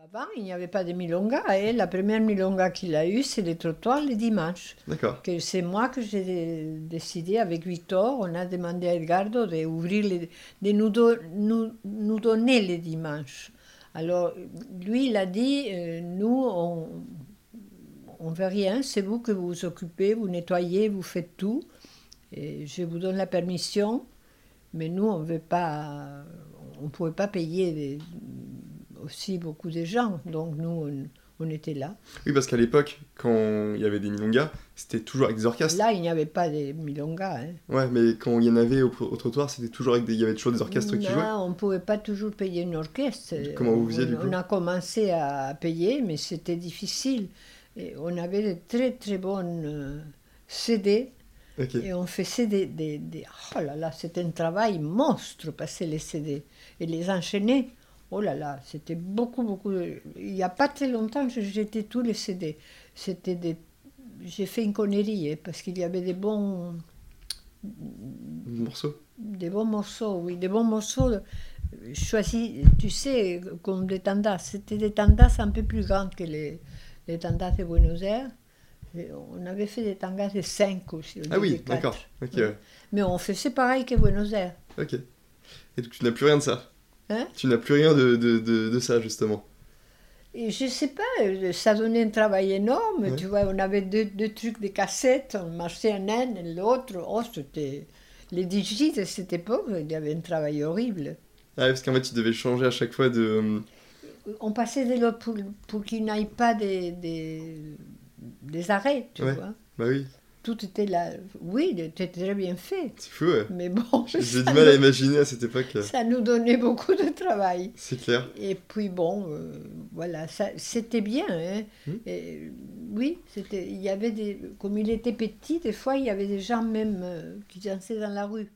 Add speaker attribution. Speaker 1: Avant, il n'y avait pas de milonga. Et la première milonga qu'il a eue, c'est les trottoirs les dimanches.
Speaker 2: D'accord.
Speaker 1: Que c'est moi que j'ai dé- décidé avec Victor. On a demandé à Edgardo de, ouvrir les, de nous, do- nous, nous donner les dimanches. Alors, lui, il a dit euh, nous, on ne fait rien, c'est vous que vous vous occupez, vous nettoyez, vous faites tout. Et je vous donne la permission, mais nous, on veut pas, on ne pouvait pas payer des- aussi beaucoup de gens. Donc, nous, on, on était là.
Speaker 2: Oui, parce qu'à l'époque, quand il y avait des milongas, c'était toujours avec des orchestres.
Speaker 1: Là, il n'y avait pas de milonga. hein.
Speaker 2: Ouais, mais quand il y en avait au, au trottoir, c'était toujours avec des... il y avait toujours des orchestres qui
Speaker 1: Non,
Speaker 2: jouaient.
Speaker 1: on ne pouvait pas toujours payer une orchestre.
Speaker 2: Comment vous faisiez,
Speaker 1: on,
Speaker 2: du coup
Speaker 1: On a commencé à payer, mais c'était difficile. Et on avait de très très bonnes euh, CD
Speaker 2: Ok.
Speaker 1: et on faisait des, des, des- Oh là là, c'était un travail monstre, passer les CD et les enchaîner. Oh là là, c'était beaucoup, beaucoup. de- Il n'y a pas très longtemps, j'ai jeté tous les CD. C'était des... J'ai fait une connerie, hein, parce qu'il y avait des bons
Speaker 2: Morceaux.
Speaker 1: des bons morceaux, oui, des bons morceaux euh, choisis, tu sais, comme des tandas. C'était des tandas un peu plus grandes que les, les tandas de Buenos Aires. Et on avait fait des tandas de 5 aussi. au lieu
Speaker 2: Ah
Speaker 1: de
Speaker 2: oui,
Speaker 1: quatre.
Speaker 2: d'accord. Ok, ouais.
Speaker 1: Mais on faisait pareil que Buenos Aires.
Speaker 2: ok. Et donc tu n'as plus rien de ça.
Speaker 1: Hein
Speaker 2: tu n'as plus rien de, de, de, de ça, justement.
Speaker 1: Et je sais pas, euh, ça donnait un travail énorme.
Speaker 2: Ouais.
Speaker 1: Tu vois, on avait deux, deux trucs de cassettes, on marchait en un et l'autre. Oh, c'était. Les digits de cette époque, il y avait un travail horrible.
Speaker 2: Ah, parce qu'en fait, tu devais changer à chaque fois de... hum,
Speaker 1: on passait de l'autre pour, pour qu'il n'aille pas des, des, des arrêts, tu
Speaker 2: Ouais.
Speaker 1: vois.
Speaker 2: Bah oui,
Speaker 1: Tout était là. Oui, c'était très bien fait.
Speaker 2: c'est fou, ouais.
Speaker 1: Mais bon,
Speaker 2: J'ai
Speaker 1: ça,
Speaker 2: du mal à euh,
Speaker 1: nous-
Speaker 2: imaginer à cette époque,
Speaker 1: ça nous donnait beaucoup de travail.
Speaker 2: c'est clair.
Speaker 1: Et puis bon, euh, voilà, ça, c'était bien. hein.
Speaker 2: Hmm.
Speaker 1: Et, euh, oui, c'était, il y avait des, comme il était petit, des fois, il y avait des gens même euh, qui dansaient dans la rue.